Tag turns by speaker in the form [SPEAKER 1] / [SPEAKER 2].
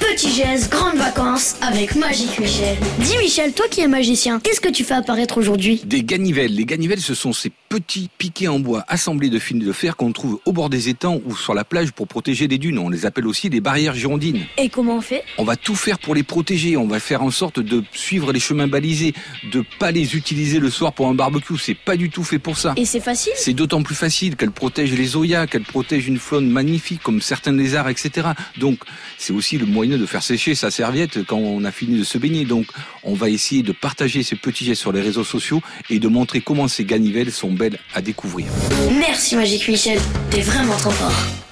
[SPEAKER 1] Petit geste, grandes vacances avec Magique Michel. Dis Michel, toi qui es magicien, qu'est-ce que tu fais apparaître aujourd'hui
[SPEAKER 2] Des ganivelles. Les ganivelles, ce sont ces petits piquets en bois assemblés de fils de fer qu'on trouve au bord des étangs ou sur la plage pour protéger des dunes. On les appelle aussi des barrières girondines.
[SPEAKER 1] Et comment on fait
[SPEAKER 2] On va tout faire pour les protéger. On va faire en sorte de suivre les chemins balisés, de pas les utiliser le soir pour un barbecue. C'est pas du tout fait pour ça.
[SPEAKER 1] Et c'est facile
[SPEAKER 2] C'est d'autant plus facile qu'elle protège les zoyas, qu'elle protège une faune magnifique comme certains lézards, etc. Donc, c'est aussi le moyen de faire sécher sa serviette quand on a fini de se baigner. Donc, on va essayer de partager ces petits gestes sur les réseaux sociaux et de montrer comment ces ganivelles sont belles à découvrir.
[SPEAKER 1] Merci Magique Michel, t'es vraiment trop fort.